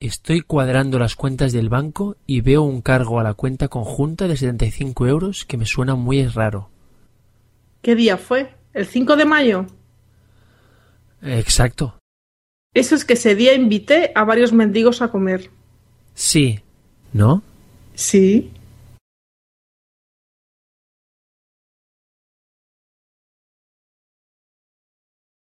Estoy cuadrando las cuentas del banco y veo un cargo a la cuenta conjunta de 75 euros que me suena muy raro. ¿Qué día fue? ¿El 5 de mayo? Exacto. Eso es que ese día invité a varios mendigos a comer. Sí. ¿No? Sí.